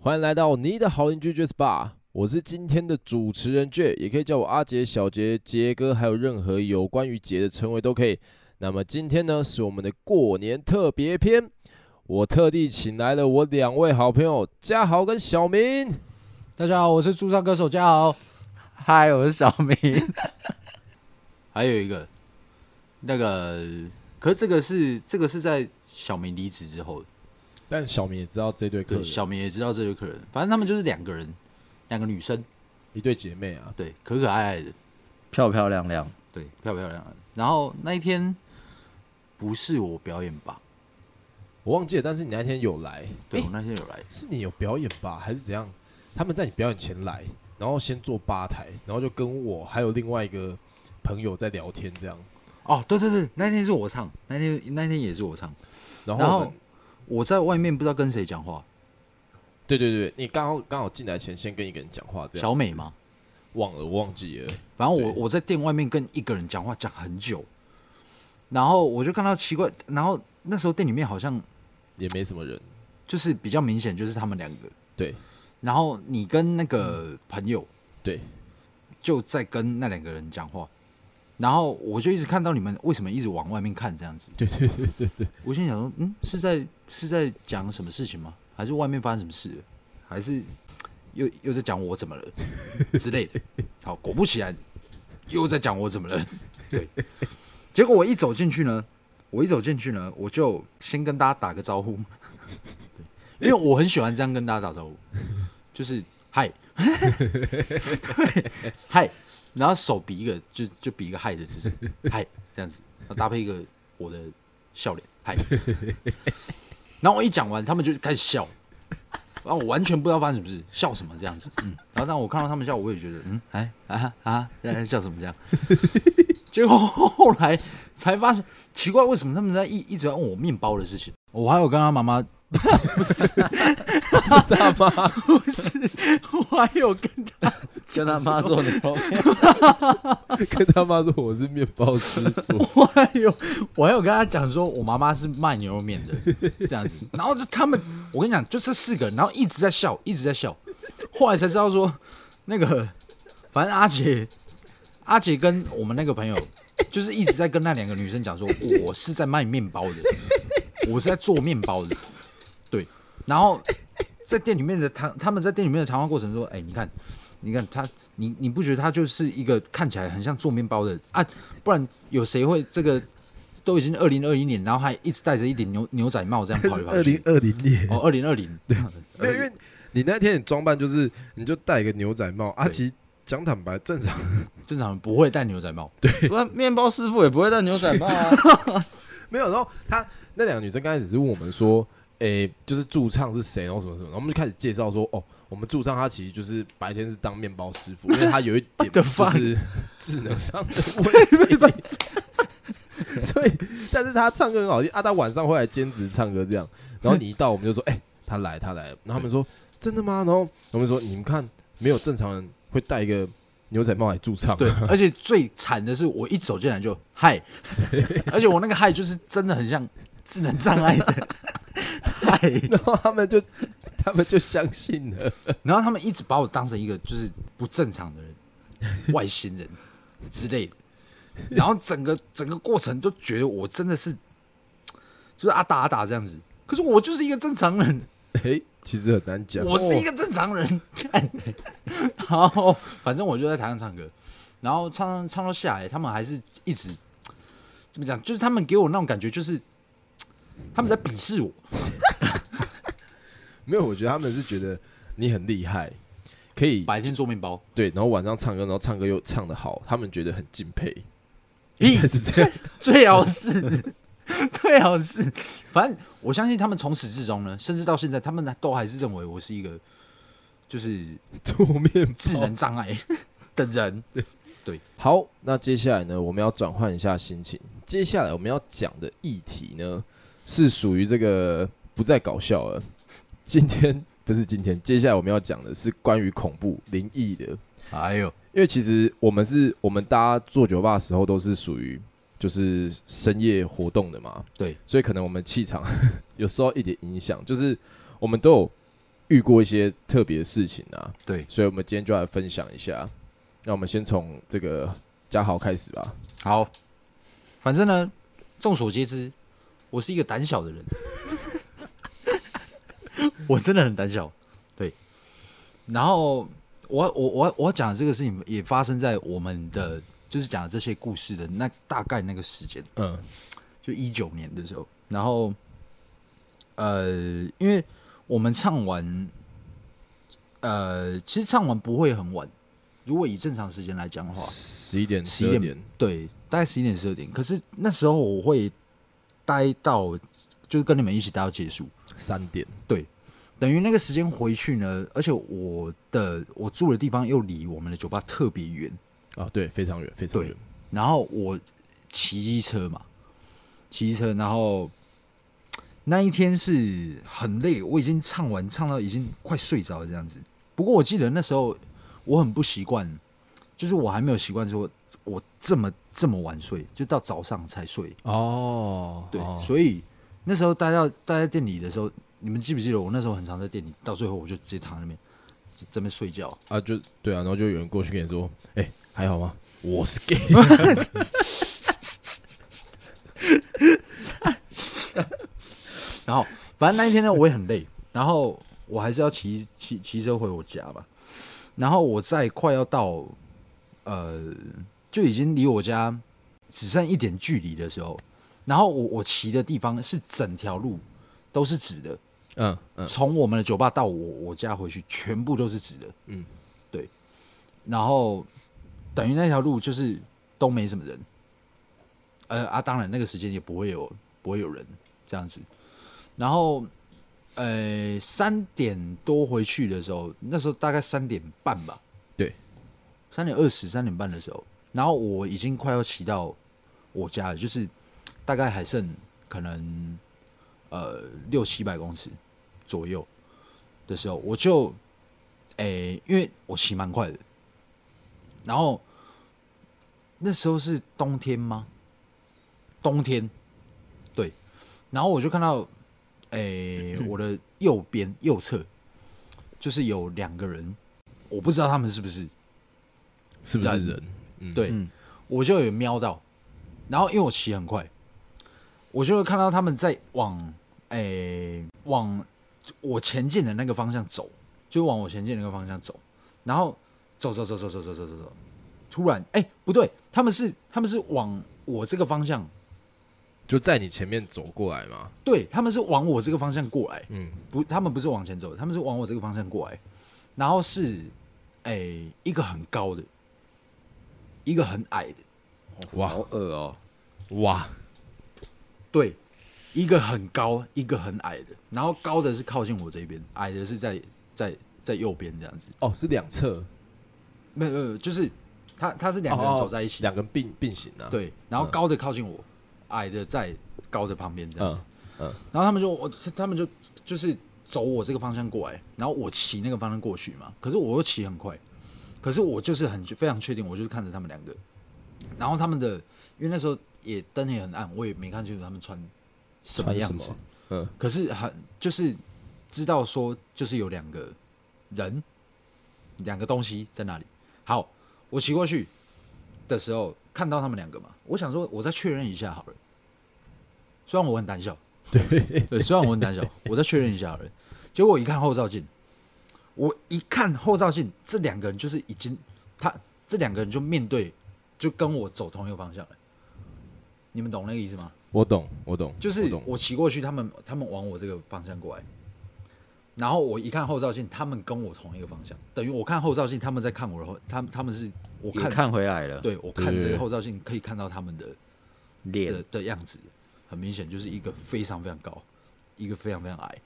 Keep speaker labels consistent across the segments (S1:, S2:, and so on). S1: 欢迎来到你的好邻居 Jazz Bar，我是今天的主持人 J，也可以叫我阿杰、小杰、杰哥，还有任何有关于杰的称谓都可以。那么今天呢，是我们的过年特别篇，我特地请来了我两位好朋友嘉豪跟小明。
S2: 大家好，我是驻唱歌手嘉豪。
S3: 嗨，我是小明。
S4: 还有一个，那个，可是这个是这个是在小明离职之后的，
S1: 但小明也知道这对客
S4: 对，
S1: 人，
S4: 小明也知道这对客人，反正他们就是两个人，两个女生，
S1: 一对姐妹啊，
S4: 对，可可爱爱的，
S3: 漂漂亮亮，
S4: 对，漂漂亮亮的。然后那一天不是我表演吧？
S1: 我忘记了，但是你那天有来，
S4: 对、
S1: 诶
S4: 我那天有来，
S1: 是你有表演吧，还是怎样？他们在你表演前来，然后先坐吧台，然后就跟我还有另外一个朋友在聊天，这样。
S4: 哦，对对对，那天是我唱，那天那天也是我唱，
S1: 然后
S4: 然
S1: 我
S4: 后
S1: 们
S4: 我在外面不知道跟谁讲话，
S1: 对对对，你刚好刚好进来前先跟一个人讲话，
S3: 啊
S1: 这样
S4: 小美吗？
S1: 忘了我忘记了。
S4: 反正我
S1: 对
S4: 我在店外面跟一个人讲话讲很久，然后我就看到奇怪，然后那时候店里面好像
S1: 也没什么人，
S4: 就是比较明显，就是他们两个。
S1: 对
S4: 然后你跟那个朋友
S1: 对，
S4: 就在跟那两个人讲话，然后我就一直看到你们为什么一直往外面看这样子。对对对对对，我心想说，嗯，是在是在讲什么事情吗？还是外面发生什么事了？还是又又在讲我怎么了之类 的？好，果不其然，又在讲我怎么了。对，结果我一走进去呢，我一走进去呢，我就先跟大家打个招呼，对因为我很喜欢这样跟大家打招呼，就是嗨。嗨，然后手比一个就就比一个嗨的姿势，嗨这样子，然后搭配一个我的笑脸，嗨。然后我一讲完，他们就开始笑，然后我完全不知道发生什么事，笑什么这样子。嗯，然后当我看到他们笑，我也觉得嗯，哎啊啊，在笑什么这样。 结果后来才发现，奇怪，为什么他们在一一直在问我面包的事情？我还有跟他妈妈，不是啊不是，我还有跟
S3: 跟他妈做牛肉面
S1: 跟他妈说我是面包师 傅，
S2: 我还有我还有跟他讲说，我妈妈是卖牛肉面的，这样子。
S4: 然后就他们，我跟你讲，就这四个人，然后一直在笑，一直在笑。后来才知道说，那个反正阿姐，阿姐跟我们那个朋友，就是一直在跟那两个女生讲说，我是在卖面包的，我是在做面包的。对，然后在店里面的谈，他们在店里面的谈话过程说，哎、你看，你看他，你你不觉得他就是一个看起来很像做面包的啊？不然有谁会这个？都已经二零二一年，然后还一直戴着一顶牛牛仔帽这样跑来跑去。
S1: 二零年，
S4: 哦，二零二零，对，
S1: 没有因为你那天你装扮就是你就戴一个牛仔帽，阿奇讲坦白正常，
S4: 正常人不会戴牛仔帽，
S3: 不然面包师傅也不会戴牛仔帽啊。
S1: 没有，然后她那两个女生刚开始是问我们说，诶、就是驻唱是谁，然后什么什么，然后我们就开始介绍说，哦，我们驻唱她其实就是白天是当面包师 傅，因为她有一点就
S4: the fuck？
S1: 是智能上的问题。 所以，但是她唱歌很好听啊，她晚上会来兼职唱歌这样。然后你一到，我们就说，哎、她来，她来了。然后他们说，真的吗？然后我们说，你们看，没有正常人会戴一个牛仔帽来驻唱、
S4: 对，而且最惨的是，我一走进来就嗨，而且我那个嗨就是真的很像智能障碍的嗨，
S1: 然后他们就，他们就相信了。
S4: 然后他们一直把我当成一个就是不正常的人、外星人之类的，然后整个整个过程都觉得我真的是就是阿达阿达这样子，可是我就是一个正常人，
S1: 哎、其实很难讲。
S4: 我是一个正常人，看然后反正我就在台上唱歌，然后唱唱唱到下来，他们还是一直怎么讲？就是他们给我那种感觉，就是他们在鄙视我。
S1: 哦没有，我觉得他们是觉得你很厉害，可以
S4: 白天做面包，
S1: 对，然后晚上唱歌，然后唱歌又唱得好，他们觉得很敬佩，
S4: 咦
S1: 应该是这样。
S4: 最好是， 最好是。反正我相信他们从始至终呢，甚至到现在，他们都还是认为我是一个就是
S1: 做面
S4: 智能障碍的人。
S1: 好，那接下来呢，我们要转换一下心情。接下来我们要讲的议题呢，是属于这个不再搞笑了。今天不是今天，接下来我们要讲的是关于恐怖灵异的。
S4: 哎呦，
S1: 因为其实我们是我们大家做酒吧的时候都是属于就是深夜活动的嘛，
S4: 对，
S1: 所以可能我们气场有受到一点影响，就是我们都有遇过一些特别的事情啊。
S4: 对
S1: 所以我们今天就来分享一下。那我们先从这个嘉豪开始吧。
S4: 好，反正呢，众所皆知，我是一个胆小的人， 我真的很胆小。对，然后我我我我要讲的这个事情也发生在我们的就是讲的这些故事的那大概那个时间，
S1: 嗯，
S4: 就一九年的时候。然后，呃，因为我们唱完，呃，其实唱完不会很晚，如果以正常时间来讲的话，
S1: 十一点、十
S4: 11
S1: 二
S4: 点
S1: 点，
S4: 对，大概十一点十二点。可是那时候我会待到，就是跟你们一起待到结束，
S1: 三点。
S4: 等于那个时间回去呢。而且我的我住的地方又离我们的酒吧特别远，
S1: 啊，对，非常远，非常
S4: 对
S1: 远。
S4: 然后我骑机车嘛，骑机车，然后那一天是很累，我已经唱完唱到已经快睡着了这样子。不过我记得那时候我很不习惯，就是我还没有习惯说我这么这么晚睡，就到早上才睡。
S1: 哦，
S4: 对，
S1: 哦
S4: 所以那时候待到待在店里的时候，你们记不记得我那时候很常在店里，到最后我就直接躺在那边，在那边睡觉。
S1: 啊，就对啊，然后就有人过去跟你说：“哎、还好吗？我是 gay。
S4: 然后 反正那一天呢，我也很累，然后我还是要骑骑骑车回我家吧。然后我在快要到呃，就已经离我家只剩一点距离的时候，然后我我骑的地方是整条路都是直的，
S1: 嗯”嗯
S4: 从我们的酒吧到我我家回去，全部都是直的。
S1: 嗯
S4: 嗯，对。然后等于那条路就是都没什么人，呃啊，当然那个时间也不会有不会有人这样子。然后呃三点多回去的时候，那时候大概三点半吧，
S1: 对，
S4: 三点二十三点半的时候，然后我已经快要骑到我家了，就是大概还剩可能呃六七百公尺。左右的时候，我就诶、因为我骑蛮快的，然后那时候是冬天吗？冬天，对，然后我就看到诶、我的右边右侧就是有两个人，我不知道他们是不是，
S1: 是不是
S4: 人
S1: 人？嗯，
S4: 对、
S2: 嗯
S4: 我就有瞄到，然后因为我骑很快，我就会看到他们在往诶、往我前进的那个方向走，就往我前进的那个方向走，然后走走走走走走走走走，突然哎、不对，他们是他们是往我这个方向，
S1: 就在你前面走过来嘛。
S4: 对，他们是往我这个方向过来，
S1: 嗯，
S4: 不，他们不是往前走，他们是往我这个方向过来，然后是诶、一个很高的，一个很矮的。
S1: 哇
S3: 好恶哦、
S1: 哇，
S4: 对，一个很高，一个很矮的，然后高的是靠近我这边，矮的是在在在右边这样子。
S1: 哦，是两侧
S4: 没有没有，没有就是他他是两个人
S1: 哦哦
S4: 走在一起，
S1: 两个人并并行啊。，
S4: 对，然后
S1: 嗯
S4: 高的靠近我，矮的在高的旁边这
S1: 嗯
S4: 样子。
S1: 嗯
S4: 然后他们就我他们就就是走我这个方向过来，然后我骑那个方向过去嘛。可是我又骑很快，可是我就是很非常确定，我就是看着他们两个，然后他们的因为那时候也灯也很暗，我也没看清楚他们穿什么
S1: 穿什
S4: 样
S1: 么
S4: 子，
S1: 嗯，
S4: 可是很就是知道说就是有两个人，两个东西在那里。好，我骑过去的时候看到他们两个嘛，我想说我再确认一下好了。虽然我很胆小，对对，虽然我很胆小，我再确认一下好了。结果我一看后照镜，我一看后照镜，这两个人就是已经他这两个人就面对，就跟我走同一个方向了。你们懂那个意思吗？
S1: 我懂，我懂，
S4: 就是
S1: 我懂。
S4: 我骑过去，他们他们往我这个方向过来，然后我一看后照镜，他们跟我同一个方向，等于我看后照镜，他们在看我的后，他们他们是我
S3: 也
S4: 看，
S3: 看回来了，
S4: 对我看这
S1: 对对
S4: 个后照镜可以看到他们的的
S3: 脸
S4: 的样子，很明显就是一个非常非常高，一个非常非常矮，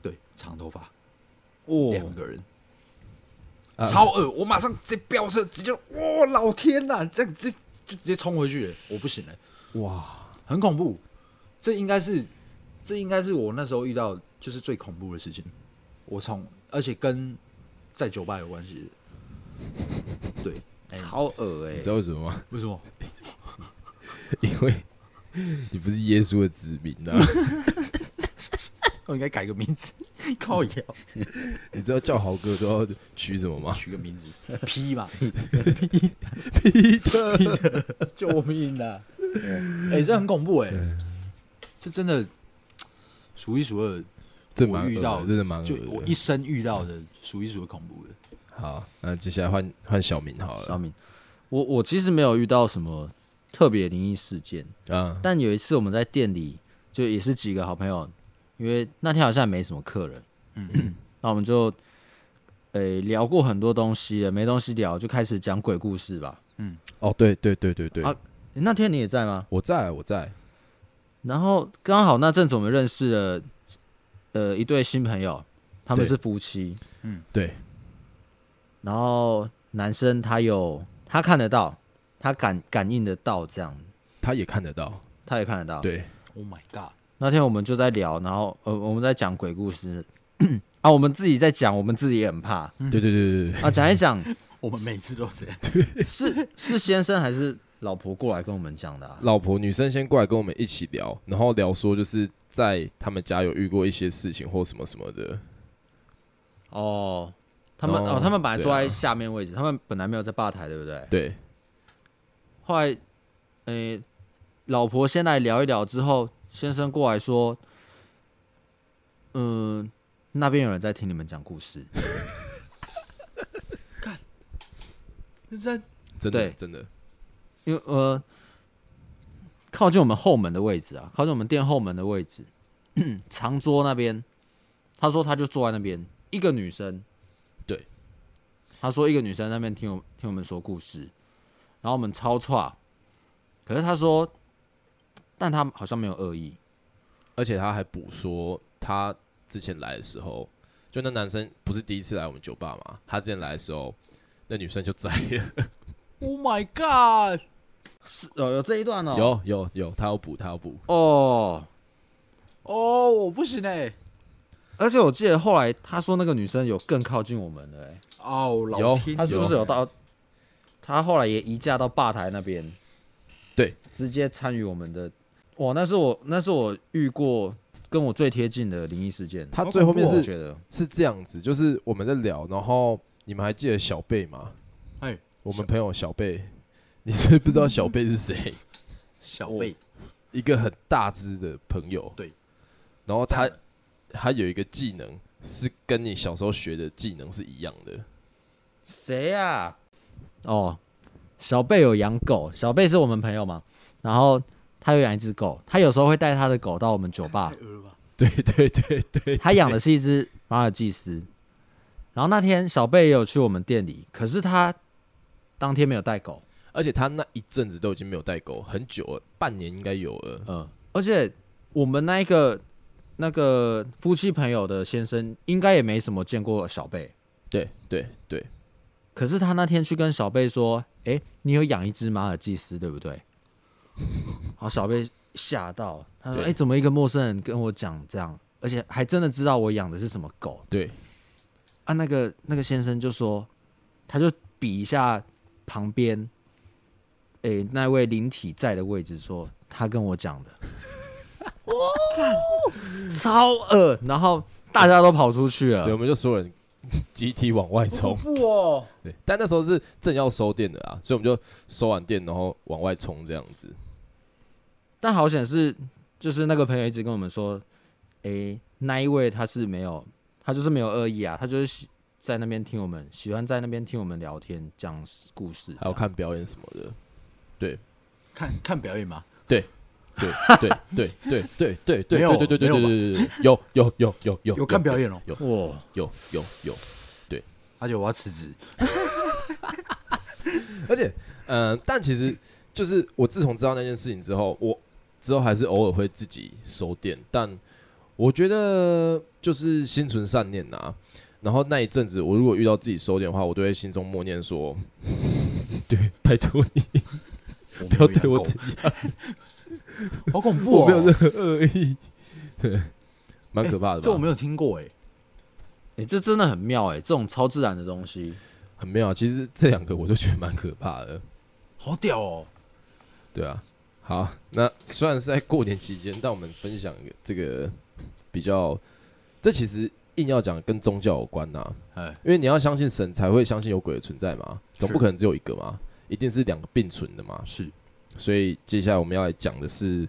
S4: 对，长头发，两
S3: 哦，
S4: 个人，
S1: 啊
S4: 超恶，我马上直接飙车，直接哇老天呐、这样直接就直接冲回去了，我不行了。
S1: 哇，
S4: 很恐怖。这应该是，这应该是我那时候遇到就是最恐怖的事情。我从而且跟在酒吧有关系的。对，
S3: 超恶哎、
S1: 你知道为什么吗？
S4: 为什么？
S1: 因为 你不是耶稣的子民啊。
S4: 哦我应该改个名字。靠腰，
S1: 你知道叫豪哥都要取什么吗？
S4: 嗯取个名字，P 嘛，
S1: 彼得，
S4: 救命啊！ 哎、这很恐怖哎、这真的数一数二，
S1: 这蛮恶
S4: 遇
S1: 的
S4: 到
S1: 真的蛮恶
S4: 就我一
S1: 的。
S4: 生遇到的数一数二恐怖的。
S1: 好，那接下来换换小明好
S3: 小
S1: 了。
S3: 明，我我其实没有遇到什么特别灵异事件，
S4: 啊
S1: 嗯，
S3: 但有一次我们在店里，就也是几个好朋友，因为那天好像也没什么客人，嗯，那我们就，呃、聊过很多东西了，没东西聊，就开始讲鬼故事吧。
S1: 哦，对对对对对，
S3: 啊诶那天你也在吗？
S1: 我在我在，
S3: 然后刚好那阵子我们认识了，呃，一对新朋友，他们
S1: 对
S3: 是夫妻，
S1: 对，
S3: 然后男生他有他看得到，他感感应得到这样，
S1: 他也看得到，
S3: 他也看得到。，
S1: 对，
S4: Oh my god！
S3: 那天我们就在聊，然后呃我们在讲鬼故事 啊，我们自己在讲，我们自己也很怕
S4: 嗯
S1: 对对对对对，
S3: 啊，讲一 讲
S4: 我们每次都这 样，
S3: 是是先生还是老婆过来跟我们讲的、啊？
S1: 老婆女生先过来跟我们一起聊，然后聊说就是在他们家有遇过一些事情或什么什么的，
S3: 哦，他们
S1: 哦
S3: 哦他们本来
S1: 对啊
S3: 坐在下面位置，他们本来没有在吧台，对不对？
S1: 对，
S3: 后来，呃、老婆先来聊一聊，之后先生过来说，嗯、那边有人在听你们讲故事，
S4: 那在
S1: 真的
S3: 对
S1: 真的，
S3: 因为呃，靠近我们后门的位置啊，靠近我们店后门的位置， 长桌那边，他说他就坐在那边，一个女生，
S1: 对，
S3: 他说一个女生在那边听我听我们说故事，然后我们超串，可是他说，但他好像没有恶意。
S1: 而且他还补说，他之前来的时候，就那男生不是第一次来我们酒吧嘛，他之前来的时候，那女生就在了。
S4: Oh my god！
S3: 是哦，有这一段 哦，
S1: 有有有，他要补，他要补。
S3: 哦，
S4: 哦，我不行哎、
S3: 而且我记得后来他说那个女生有更靠近我们的、欸，
S4: 哦，老
S1: 有
S4: 天，
S3: 她是不是有？到？她后来也移驾到吧台那边，
S1: 对，
S3: 直接参与我们的。哇，那是我那是我遇过跟我最贴近的灵异事件。
S1: 他最后面
S3: 哦我
S1: 是
S3: 觉得
S1: 是这样子，就是我们在聊，然后你们还记得小贝吗？
S4: 哎，
S1: 我们朋友小贝，你是不是不知道小贝是谁？
S4: 小贝，
S1: 一个很大只的朋友，
S4: 对。
S1: 然后他
S4: 赞了
S1: 他有一个技能是跟你小时候学的技能是一样的，
S3: 谁啊呀、哦，小贝有养狗，小贝是我们朋友嘛，然后他有养一只狗，他有时候会带他的狗到我们酒吧
S4: 太，恶了吧？
S1: 对对对对，
S3: 他养的是一只马尔济斯。然后那天小贝也有去我们店里，可是他当天没有带狗，
S1: 而且他那一阵子都已经没有带狗，很久了，半年应该有了。
S3: 嗯，而且我们那一个那个夫妻朋友的先生应该也没什么见过小贝，
S1: 对对对，
S3: 可是他那天去跟小贝说：“诶，你有养一只马尔济斯对不对？” 然后小贝吓到，他说：“
S1: 对
S3: 诶，怎么一个陌生人跟我讲这样，而且还真的知道我养的是什么狗？”
S1: 对，
S3: 啊，那个那个先生就说，他就比一下旁边，诶、那位灵体在的位置说，他跟我讲的，哦，超恶，然后大家都跑出去
S1: 对，
S3: 了，
S1: 我们就所有人集体往外冲。
S4: 不哦，
S1: 对，但那时候是正要收店的啊，所以我们就收完店，然后往外冲这样子。
S3: 但好险是，就是那个朋友一直跟我们说，诶、那一位他是没有，他就是没有恶意啊，他就是喜在那边听我们，喜欢在那边听我们聊天讲故事这样，
S1: 还有看表演什么的。
S4: 看看表演吗？
S1: 对对对对对对对
S4: 没有
S1: 对对对对
S4: 没有
S1: 对
S4: 吧
S1: 对对，有有有有有
S4: 有看表演哦
S1: 有
S3: 哇，
S1: 有有有，
S4: 而且我要辞职。
S1: 而且嗯，但其实就是我自从知道那件事情之后，我之后还是偶尔会自己收店，但我觉得就是心存善念呐、然后那一阵子，我如果遇到自己收店的话，我都会心中默念说：“ 对，拜托你不要对我
S4: 没有养
S1: 怎
S4: 狗
S1: 样。”
S4: 好恐怖哦！
S1: 我没有任何恶意， 蛮可怕的吧？
S4: 这我没有听过哎，
S3: 诶、这真的很妙诶、这种超自然的东西。
S1: 很妙。啊其实这两个我都觉得蛮可怕的，
S4: 好屌哦！
S1: 对啊。好，那虽然是在过年期间，但我们分享一个这个比较，这其实硬要讲跟宗教有关呐、
S4: 哎
S1: 因为你要相信神才会相信有鬼的存在嘛，总不
S4: 是
S1: 可能只有一个嘛，一定是两个并存的嘛。
S4: 是
S1: 所以接下来我们要来讲的是，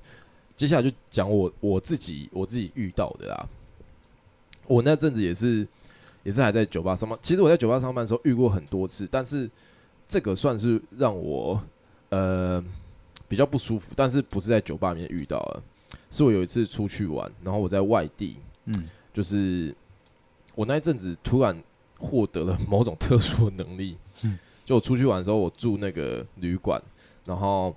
S1: 接下来就讲我我自己我自己遇到的啦。我那阵子也是也是还在酒吧上班，其实我在酒吧上班的时候遇过很多次，但是这个算是让我呃比较不舒服，但是不是在酒吧里面遇到的，是我有一次出去玩，然后我在外地，
S4: 嗯，
S1: 就是我那一阵子突然获得了某种特殊的能力，就我出去玩的时候，我住那个旅馆，然后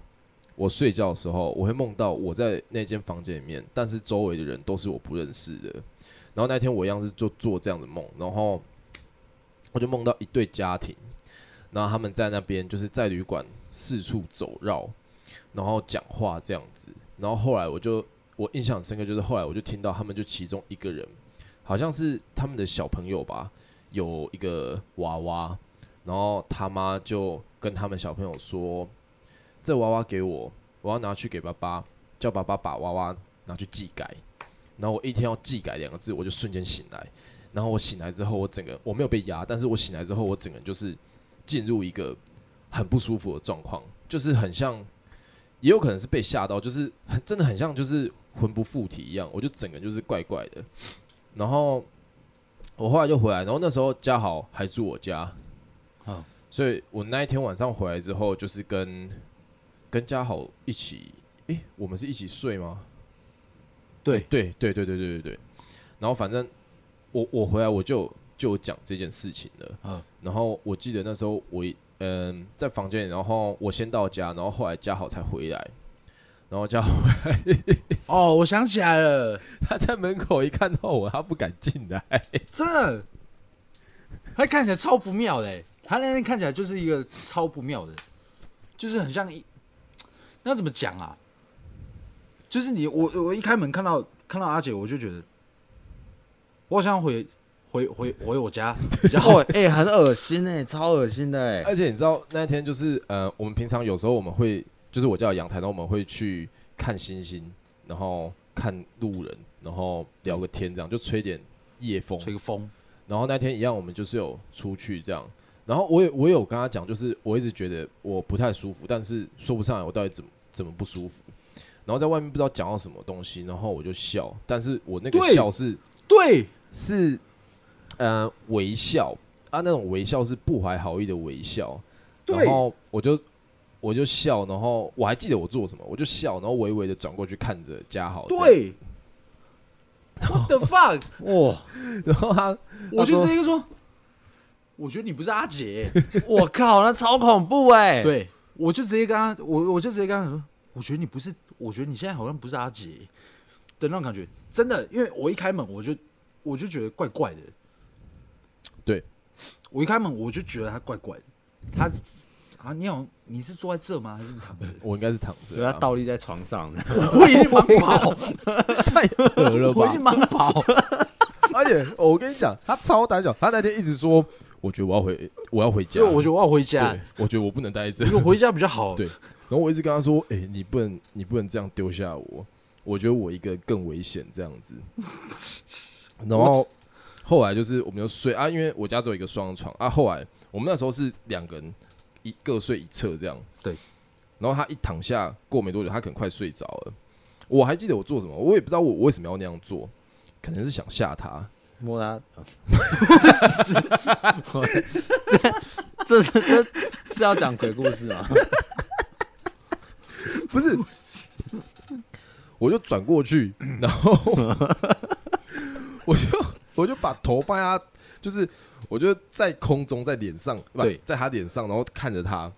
S1: 我睡觉的时候，我会梦到我在那间房间里面，但是周围的人都是我不认识的。然后那天我一样是就做这样的梦，然后我就梦到一对家庭，然后他们在那边就是在旅馆四处走绕，然后讲话这样子。然后后来我就我印象很深刻，就是后来我就听到他们就其中一个人，好像是他们的小朋友吧，有一个娃娃，然后他妈就跟他们小朋友说：“这娃娃给我，我要拿去给爸爸，叫爸爸把娃娃拿去寄改。”然后我一听到“寄改”两个字，我就瞬间醒来。然后我醒来之后，我整个我没有被压，但是我醒来之后，我整个人就是进入一个很不舒服的状况，就是很像，也有可能是被吓到，就是很真的很像就是魂不附体一样，我就整个就是怪怪的。然后我后来就回来，然后那时候嘉豪还住我家，
S4: 好
S1: 所以我那一天晚上回来之后，就是跟跟嘉豪一起，诶、我们是一起睡吗？
S4: 对
S1: 对对对对对对对。然后反正我我回来我就就有讲这件事情了。
S4: 嗯
S1: 然后我记得那时候我一嗯在房间里，然后我先到家，然后后来嘉豪才回来。然后嘉豪
S4: 哦，我想起来了，
S1: 他在门口一看到我，他不敢进来。
S4: 真的，他看起来超不妙的欸，他那天看起来就是一个超不妙的，就是很像一，那怎么讲啊？就是你我我一开门看到看到阿姐，我就觉得，我好像回回回回我 家，然后
S3: 哦，哎、很恶心哎、超恶心的哎、
S1: 而且你知道那天就是呃，我们平常有时候我们会就是我家有阳台，然后我们会去看星星，然后看路人，然后聊个天，这样就吹点夜风，
S4: 吹个风，
S1: 然后那天一样，我们就是有出去这样。然后我也我有跟他讲，就是我一直觉得我不太舒服，但是说不上来我到底怎么怎么不舒服。然后在外面不知道讲到什么东西，然后我就笑，但是我那个
S4: 对
S1: 笑是
S4: 对，
S1: 是呃微笑啊，那种微笑是不怀好意的微笑。
S4: 对
S1: 然后我就我就笑，然后我还记得我做什么，我就笑，然后微微的转过去看着嘉豪。，
S4: 对，What the fuck！
S3: 哇，
S1: 然后他
S4: 我就
S1: 说
S4: 直接说，我觉得你不是阿姐欸、
S3: 我靠，那超恐怖哎、，
S4: 对，我就直接跟他，我我就直接跟他说，我觉得你不是，我觉得你现在好像不是阿杰的那种感觉，真的，因为我一开门我就我就觉得怪怪的，
S1: 对
S4: 我一开门我就觉得他怪怪的，他啊，你好，你是坐在这吗？还是 你躺着？
S1: 我应该是躺
S3: 所以
S1: 着
S3: 他
S1: 啊、
S3: 倒立在床上，
S4: 我已经忙跑，
S1: 太恶了
S4: 我已经忙跑，
S1: 而且我跟你讲，他超胆小，他那天一直说，我觉得我要回，我要回家，
S4: 对，我觉得我要回家
S1: 啊对，，我觉得我不能待在这
S4: 因，为回家比较好。
S1: 对然后我一直跟他说，哎、你不能，你不能这样丢下我，我觉得我一个人更危险这样子。然后后来就是我们就睡啊，因为我家只有一个双人床啊，后来我们那时候是两个人一各睡一侧这样，
S4: 对。
S1: 然后他一躺下，过没多久，他可能快睡着了。我还记得我做什么，我也不知道我我为什么要那样做，可能是想吓他。
S3: 摸他，这是这是要讲鬼故事吗？
S1: 不是，我就转过去，然后我就我就把头放在他，就是我就在空中，在脸上，不
S4: 对，
S1: 在他脸上，然后看着他，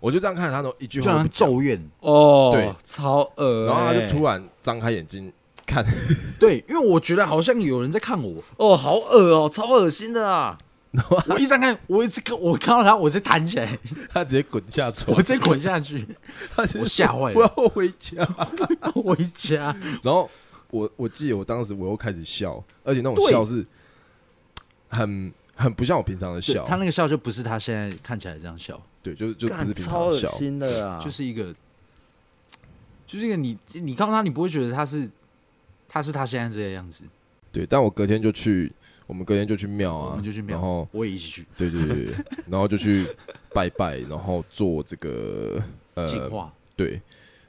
S1: 我就这样看着他，然后一句
S4: 就
S1: 话
S4: 好
S1: 都
S4: 像
S1: 不讲，
S4: 咒怨，
S3: 哦，
S1: 对，
S3: 超恶、欸，
S1: 然后他就突然张开眼睛看，
S4: 对，因为我觉得好像有人在看我，
S3: 哦，好恶哦，超恶心的啊！
S4: 我一张开，我一直看，我看到他，我直接弹起 来，
S1: 他直接滚下床
S4: 我，直接滚下去，
S1: 他直接
S4: 我
S1: 说
S4: 吓坏了
S1: 我要回家。
S4: 回家。
S1: 然后我我记得我当时我又开始笑，而且那种
S4: 对
S1: 笑是很很不像我平常的
S4: 对
S1: 笑，
S4: 他那个笑就不是他现在看起来这样笑，
S1: 对，就就不
S3: 干
S1: 是平
S3: 超
S1: 常
S3: 恶
S1: 的笑，
S3: 心的啊！
S4: 就是一个，就是一个你你看到他，你不会觉得他是他是他现在这个样子，
S1: 对，但我隔天就去，我们隔天就去庙啊，
S4: 我们就去庙
S1: 然后
S4: 我也一起去
S1: 对对对，对然后就去拜拜，然后做这个
S4: 进
S1: 呃
S4: 化。
S1: 对，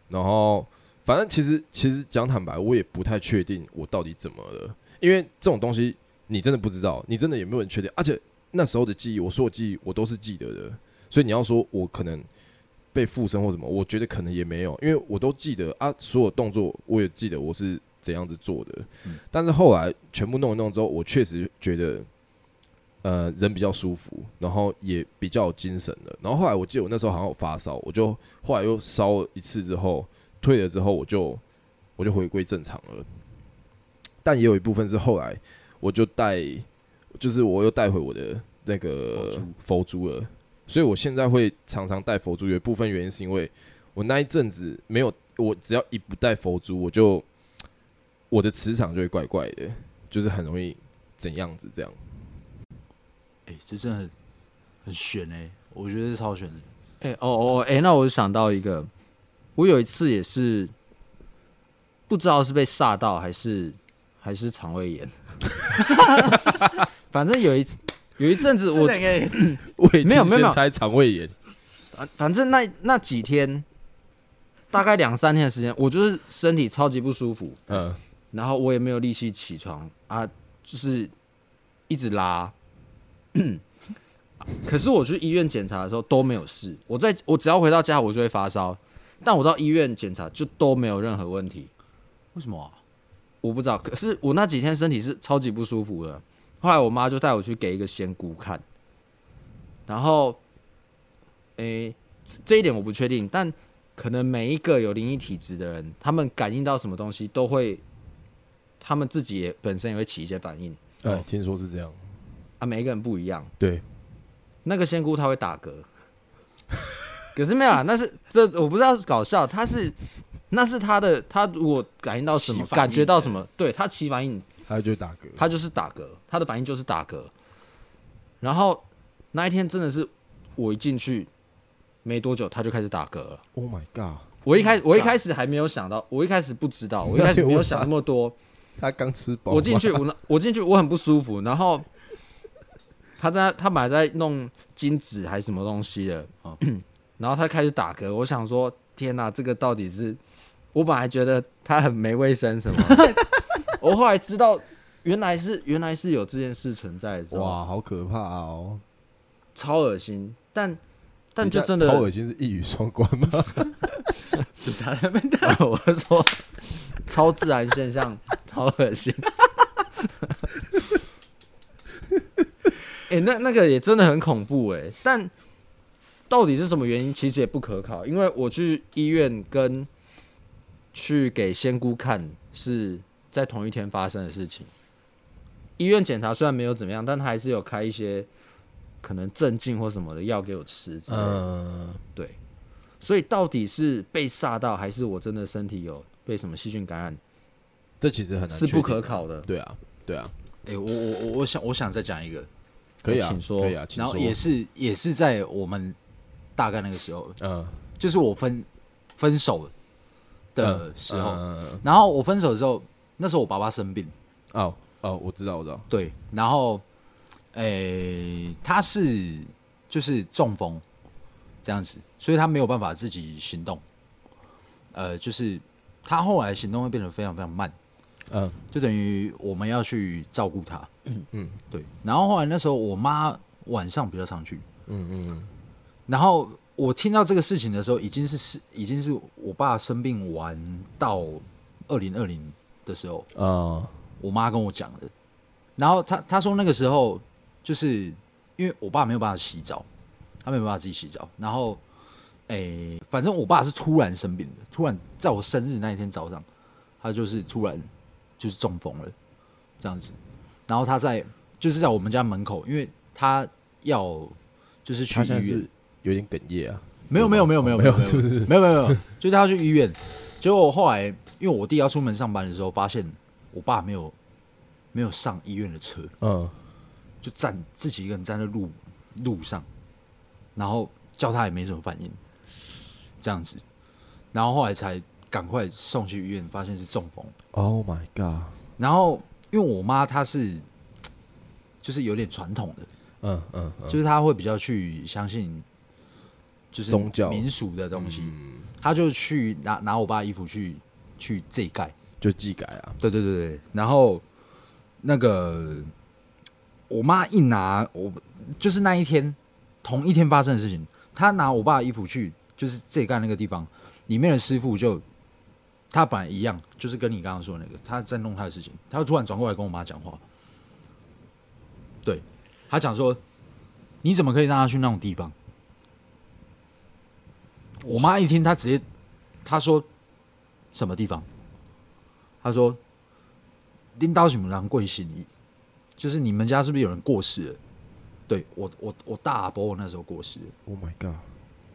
S1: 然后反正其实其实讲坦白，我也不太确定我到底怎么了，因为这种东西你真的不知道，你真的也没有人确定，而且那时候的记忆，我所有记忆我都是记得的，所以你要说我可能被附身或什么，我觉得可能也没有，因为我都记得啊，所有动作我也记得我是怎样子做的，但是后来全部弄一弄之后，我确实觉得。呃，人比较舒服，然后也比较有精神了。然后后来我记得我那时候好像有发烧，我就后来又烧了一次之后退了之后，我就我就回归正常了。但也有一部分是后来我就带，就是我又带回我的那个佛珠了，所以我现在会常常带佛珠。有一部分原因是因为我那一阵子没有，我只要一不带佛珠，我就我的磁场就会怪怪的，就是很容易怎样子这样。
S4: 哎、这真的很很悬哎、我觉得是超悬的。
S3: 哎、哦哦哦，哎、那我就想到一个，我有一次也是不知道是被吓到还是还是肠胃炎， 反正有一次有一阵子我
S1: 胃
S3: 没有没有没有
S1: 猜肠胃炎，
S3: 反正那那几天，大概两三天的时间，我就是身体超级不舒服，
S1: 嗯，
S3: 然后我也没有力气起床啊，就是一直拉。 可是我去医院检查的时候都没有事，我在我只要回到家我就会发烧，但我到医院检查就都没有任何问题，
S4: 为什么、啊？
S3: 我不知道。可是我那几天身体是超级不舒服的，后来我妈就带我去给一个仙姑看，然后，诶、这这一点我不确定，但可能每一个有灵异体质的人，他们感应到什么东西都会，他们自己也本身也会起一些反应
S1: 哎、听说是这样，
S3: 啊，每一个人不一样。
S1: 对，
S3: 那个仙姑她会打嗝，可是没有啊，那是这我不知道是搞笑，她是那是她的，她如果感应到什么
S4: 起，反应
S3: 感觉到什么，对她起反应，
S1: 他就打嗝，
S3: 他就是打嗝，他的反应就是打嗝。然后那一天真的是我一进去没多久，他就开始打嗝了。
S1: Oh my god！
S3: 我一开我一开始还没有想到，我一开始不知道，我一开始没有想那么多。
S1: 他刚吃饱，
S3: 我进 去，我那我进去，我很不舒服。然后他在他买在弄金纸还是什么东西的，
S4: 哦
S3: 然后他开始打嗝。我想说，天哪、这个到底是……我本来觉得他很没卫生 什么，我后来知道原来是原来是有这件事存在的时候，
S1: 哇，好可怕哦！
S3: 超恶心。但但
S1: 你
S3: 就
S1: 这
S3: 真
S1: 超
S3: 的，
S1: 恶心，是一语双关吗？
S4: 就他在那边
S3: 我是说超自然现象，超恶 心。哎、那那个也真的很恐怖哎、但到底是什么原因，其实也不可考，因为我去医院跟去给仙姑看是在同一天发生的事情。医院检查虽然没有怎么样，但他还是有开一些可能镇静或什么的药给我吃之类的。
S1: 嗯，
S3: 对，所以到底是被吓到，还是我真的身体有被什么细菌感染，
S1: 这其实很难，
S3: 是不可。考的。
S1: 对啊，对啊，
S4: 哎、我我我我想我想再讲一个，
S1: 可以啊，
S3: 请说
S1: 可以啊，请
S4: 然后
S1: 说。
S4: 也是也是在我们大概那个时候，
S1: 嗯，
S4: 就是我分分手的
S1: 嗯
S4: 时候，
S1: 嗯嗯嗯
S4: 然后我分手的时候，那时候我爸爸生病，
S1: 哦哦，我知道，我知道，
S4: 对，然后，诶、他是就是中风这样子，所以他没有办法自己行动，呃，就是他后来行动会变得非常非常慢，
S1: 嗯
S4: 就等于我们要去照顾他，
S1: 嗯
S4: 对，然后后来那时候我妈晚上比较常去，
S1: 嗯嗯
S4: 然后我听到这个事情的时候，已经是是已经是我爸生病完到二零二零的时候，
S1: 嗯，啊，
S4: 我妈跟我讲的。然后她她说那个时候就是因为我爸没有办法洗澡，他没有办法自己洗澡。然后，诶、反正我爸是突然生病的，突然在我生日那一天早上，他就是突然就是中风了，这样子。然后他在就是在我们家门口，因为他要就是去
S1: 他现在
S4: 医院
S1: 是，有点哽咽啊。
S4: 没有没有没有没有
S1: 没有是不是
S4: 没有没有没有， 就是他去医院，结果后来因为我弟要出门上班的时候，发现我爸没有没有上医院的车，
S1: 嗯，
S4: 就站自己一个人站在路路上，然后叫他也没什么反应，这样子，然后后来才赶快送去医院，发现是中风，
S1: Oh my god！
S4: 然后因为我妈她是就是有点传统的，
S1: 嗯嗯嗯，
S4: 就是她会比较去相信就是
S1: 宗教嗯
S4: 民俗的东西，她就去拿拿我爸的衣服去去这一盖，
S1: 就技改啊，
S4: 对对对对，然后那个我妈一拿我就是那一天同一天发生的事情，她拿我爸的衣服去就是这干那个地方，里面的师傅就他本来一样，就是跟你刚刚说的那个，他在弄他的事情，他突然转过来跟我妈讲话，对他讲说你怎么可以让他去那种地方？我妈一听，她直接她说什么地方？他说：“拎刀什么狼贵姓？就是你们家是不是有人过世了？对我，我我大阿伯那时候过世了。
S1: ，Oh my god，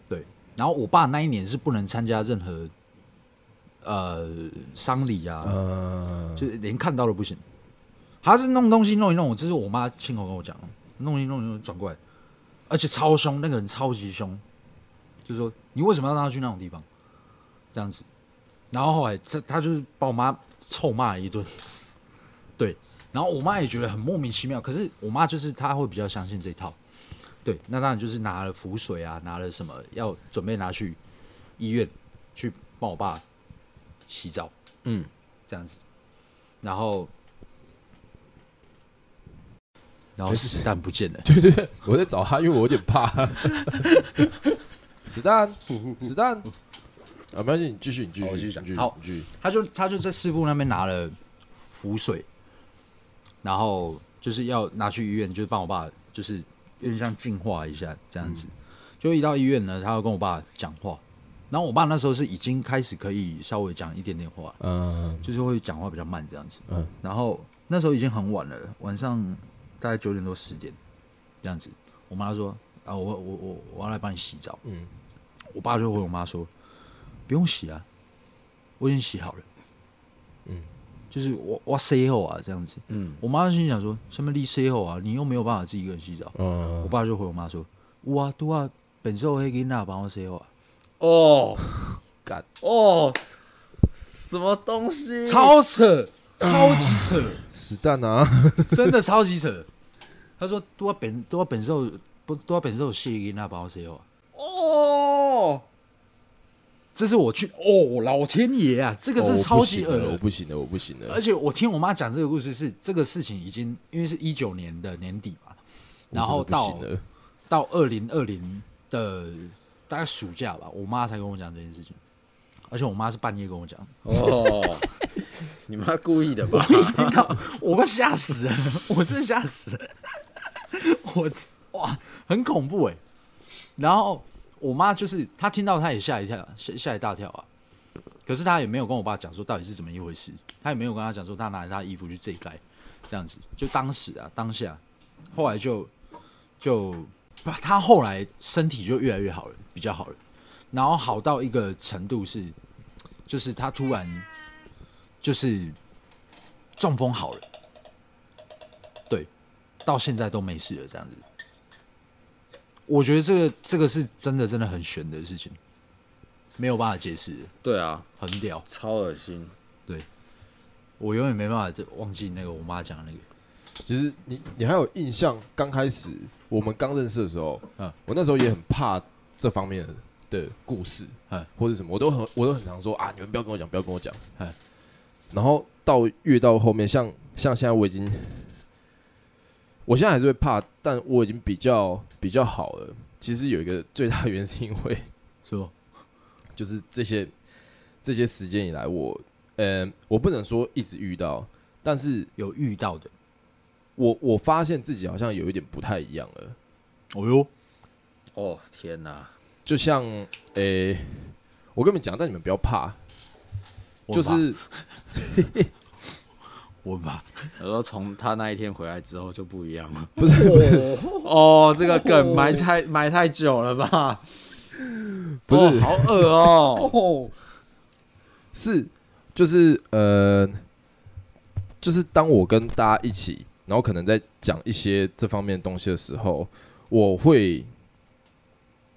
S4: 对，然后我爸那一年是不能参加任何呃丧礼啊，
S1: 呃，
S4: 就是连看到都不行。他是弄东西弄一弄，这是我妈亲口跟我讲，弄一弄一弄转过来，而且超凶，那个人超级凶，就说你为什么要让他去那种地方？这样子，然后后来他他就是把我妈臭骂了一顿，对，然后我妈也觉得很莫名其妙，可是我妈就是她会比较相信这一套，对，那当然就是拿了符水啊，拿了什么要准备拿去医院去帮我爸洗澡，
S3: 嗯，
S4: 这样子，然后，然后
S1: 没事
S4: 子弹不见了，
S1: 对对对，我在找他，因为我有点怕。 子弹，子弹，啊，没关系，你继续，你继续，
S4: 好我
S1: 你继
S4: 继续
S1: 续，
S4: 讲
S1: 你
S4: 好
S1: 继续，
S4: 他就他就在师傅那边拿了符水，然后就是要拿去医院，就是帮我爸，就是有点像净化一下这样子。就一到医院呢，他要跟我爸讲话，然后我爸那时候是已经开始可以稍微讲一点点话，
S1: 嗯
S4: 就是会讲话比较慢这样子。
S1: 嗯
S4: 然后那时候已经很晚了，晚上大概九点多十点这样子。我妈说：“啊，我我我我要来帮你洗澡。”
S1: 嗯，
S4: 我爸就回我妈说：“不用洗啊，我已经洗好了。”
S1: 嗯，
S4: 就是我我塞后啊这样子。
S3: 嗯，
S4: 我妈心里想说：“什么你塞后啊？你又没有办法自己一个人洗澡。我
S1: 嗯，
S4: 爸就回我妈说：“哇，对啊，本身我会给你那帮我塞后啊，
S3: 哦
S1: 干
S3: 哦，什么东
S1: 嗯
S3: 西？
S4: 超扯，超级扯。”
S1: 子弹啊，
S4: 真的超级扯。他说多本多本寿不多本寿谢给那包谁哦，
S3: 哦，
S4: 这是我去哦，老天爷啊， 这个
S1: 哦我
S4: 是
S1: 不
S4: 超级
S1: 行
S4: 恶
S1: 了，我
S4: 的。
S1: 不行了，我不行了
S4: 而，且我听我妈讲这个故事是这个事情已经因为是一九年的年底嘛，
S1: 我
S4: 然后
S1: 真的不
S4: 到
S1: 行了，
S4: 到二零二零的大概暑假吧，我妈才跟我讲这件事情，而且我妈是半夜跟我讲，
S3: 哦，你妈故意的 吧？
S4: 听到我快吓死了，我真的吓死了，我哇，很恐怖哎、然后我妈就是她听到，她也吓一跳，吓吓一大跳啊。可是她也没有跟我爸讲说到底是怎么一回事，她也没有跟他讲说她拿着她的衣服去这一盖，这样子就当时啊当下，后来就就她后来身体就越来越好了，比较好了，然后好到一个程度是，就是她突然就是中风好了，对，到现在都没事了，这样子。我觉得这个这个是真的真的很悬的事情，没有办法解释的，
S3: 对啊，
S4: 很屌。
S3: 超恶心。
S4: 我永远没办法再忘记那个我妈讲的那个。
S1: 其实你你还有印象，刚开始我们刚认识的时候，
S4: 嗯
S1: 我那时候也很怕这方面的故事，
S4: 嗯
S1: 或者什么，我都很我都很常说啊，你们不要跟我讲，不要跟我讲
S4: 嗯，
S1: 然后到越到后面，像像现在我已经，我现在还是会怕，但我已经比较比较好了。其实有一个最大的原因是因为，
S4: 是不？
S1: 就是这些这些时间以来，我呃，我不能说一直遇到，但是
S4: 有遇到的，
S1: 我我发现自己好像有一点不太一样了。
S4: 哦哟，
S3: 哦天哪，
S1: 就像诶、我跟你们讲，但你们不要怕，
S4: 我
S1: 就
S4: 很怕
S1: 是
S4: 我很怕，
S3: 然后从他那一天回来之后就不一样了。
S1: 不是不是
S3: 哦，这个梗埋太埋太久了吧？
S1: 不是
S3: 哦好恶哦。
S1: 是就是呃，就是当我跟大家一起，然后可能在讲一些这方面的东西的时候，我会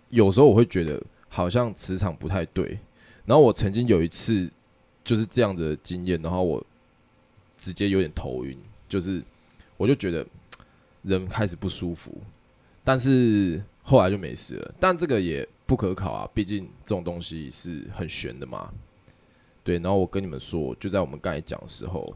S1: 有时候我会觉得好像磁场不太对。然后我曾经有一次就是这样的经验，然后我直接有点头晕，就是我就觉得人开始不舒服，但是后来就没事了。但这个也不可考啊，毕竟这种东西是很悬的嘛。对，然后我跟你们说，就在我们刚才讲的时候，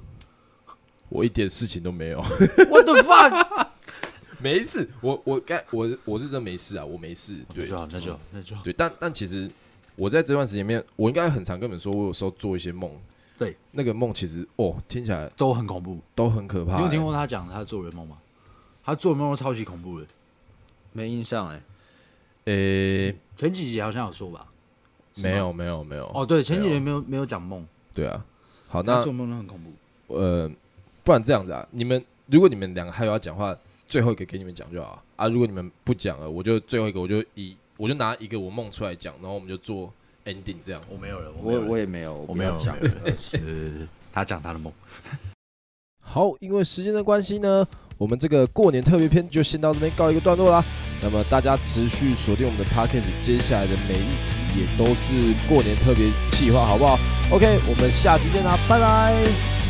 S1: 我一点事情都没有。
S4: What the fuck？
S1: 没事，我我该我我是真没事啊，我没事。
S2: 那
S1: 对
S2: 就好，那
S4: 嗯
S2: 就那就
S1: 对，但但其实我在这段时间里面，我应该很常跟你们说，我有时候做一些梦。
S4: 对，
S1: 那个梦其实哦，听起来
S4: 都很恐怖。
S1: 都很可怕、
S4: 你有听
S1: 欸
S4: 过他讲他做人梦吗？他做人梦都超级恐怖的，
S3: 没印象哎、
S1: 欸诶、
S4: 前几集好像有说吧？是吗
S1: 没有没有没有。
S4: 哦，对，前几年没有没有讲梦，
S1: 对啊，好，
S4: 他
S1: 那
S4: 做梦都很恐怖。
S1: 呃，不然这样子啊，你们如果你们两个还有要讲话，最后一个给你们讲就好啊啊。如果你们不讲了，我就最后一个我就以我就拿一个我梦出来讲，然后我们就做 ending 这样。
S4: 我没有了，我没
S3: 我
S4: 有了
S3: 我也没有，
S4: 我
S3: 我
S4: 没有
S3: 讲
S4: 讲。。对 对对对他讲他的梦，
S1: 好，因为时间的关系呢，我们这个过年特别篇就先到这边告一个段落啦。那么大家持续锁定我们的 podcast，接下来的每一集也都是过年特别企划，好不好？OK，我们下期见啦，拜拜。